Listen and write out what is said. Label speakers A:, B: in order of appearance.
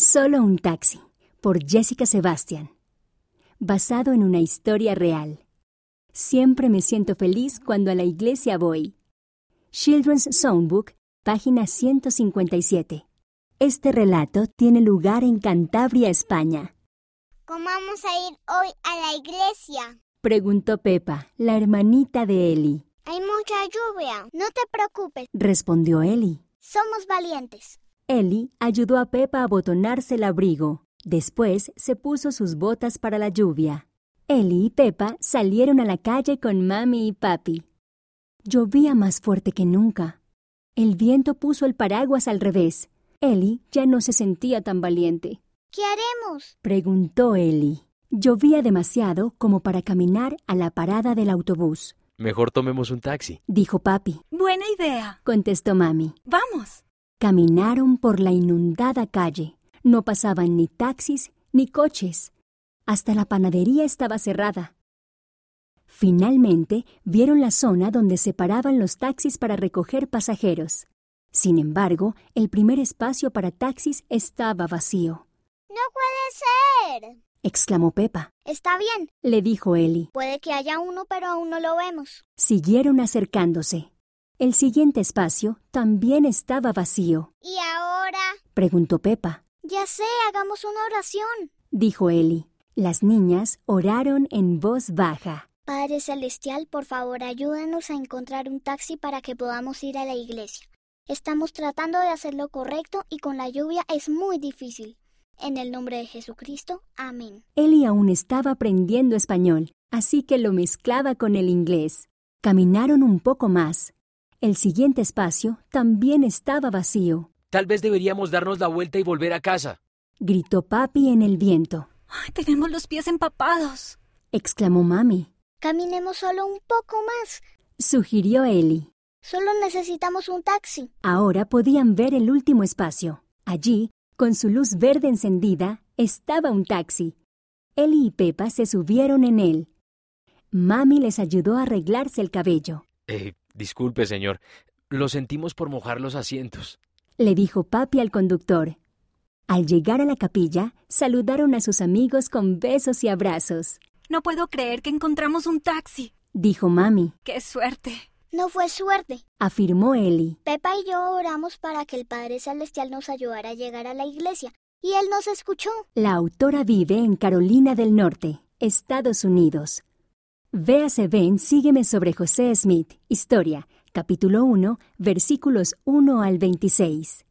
A: Solo un taxi, por Jessica Sebastian. Basado en una historia real. Siempre me siento feliz cuando a la iglesia voy. Children's Songbook, página 157. Este relato tiene lugar en Cantabria, España.
B: ¿Cómo vamos a ir hoy a la iglesia?
A: Preguntó Pepa, la hermanita de Eli.
B: Hay mucha lluvia. No te preocupes,
A: Respondió Eli.
B: somos valientes.
A: Eli ayudó a Pepa a botonarse el abrigo. Después se puso sus botas para la lluvia. Eli y Pepa salieron a la calle con mami y papi. Llovía más fuerte que nunca. El viento puso el paraguas al revés. Eli ya no se sentía tan valiente.
B: ¿Qué haremos?
A: Preguntó Eli. Llovía demasiado como para caminar a la parada del autobús,
C: Mejor tomemos un taxi.
A: dijo papi.
D: Buena idea.
A: Contestó mami.
D: Vamos.
A: Caminaron por la inundada calle. No pasaban ni taxis ni coches. Hasta la panadería estaba cerrada. Finalmente vieron la zona donde se paraban los taxis para recoger pasajeros. Sin embargo, el primer espacio para taxis estaba vacío,
B: No puede ser.
A: exclamó Pepa.
B: Está bien,
A: Le dijo Eli.
B: puede que haya uno, pero aún no lo vemos.
A: Siguieron acercándose. El siguiente espacio también estaba vacío,
B: ¿Y ahora?
A: preguntó Pepa.
B: Ya sé, hagamos una oración.
A: dijo Eli. Las niñas oraron en voz baja.
B: Padre Celestial, por favor, ayúdanos a encontrar un taxi para que podamos ir a la iglesia. Estamos tratando de hacer lo correcto y con la lluvia es muy difícil. En el nombre de Jesucristo, amén.
A: Eli aún estaba aprendiendo español, así que lo mezclaba con el inglés. Caminaron un poco más. El siguiente espacio también estaba vacío,
C: Tal vez deberíamos darnos la vuelta y volver a casa.
A: gritó papi en el viento,
D: Ay, tenemos los pies empapados.
A: exclamó mami,
B: Caminemos solo un poco más.
A: sugirió Eli.
B: Solo necesitamos un taxi.
A: Ahora podían ver el último espacio. Allí, con su luz verde encendida, estaba un taxi. Eli y Pepa se subieron en él. Mami les ayudó a arreglarse el cabello.
C: Eh, disculpe, señor. Lo sentimos por mojar los asientos.
A: le dijo papi al conductor. Al llegar a la capilla, saludaron a sus amigos con besos y abrazos,
D: No puedo creer que encontramos un taxi.
A: dijo mami,
D: ¡Qué suerte!
B: No fue suerte.
A: afirmó Eli,
B: Pepa y yo oramos para que el Padre Celestial nos ayudara a llegar a la iglesia. Y él nos escuchó.
A: La autora vive en Carolina del Norte, Estados Unidos. Véase ven, sígueme sobre José Smith, Historia, capítulo 1, versículos 1 al 26.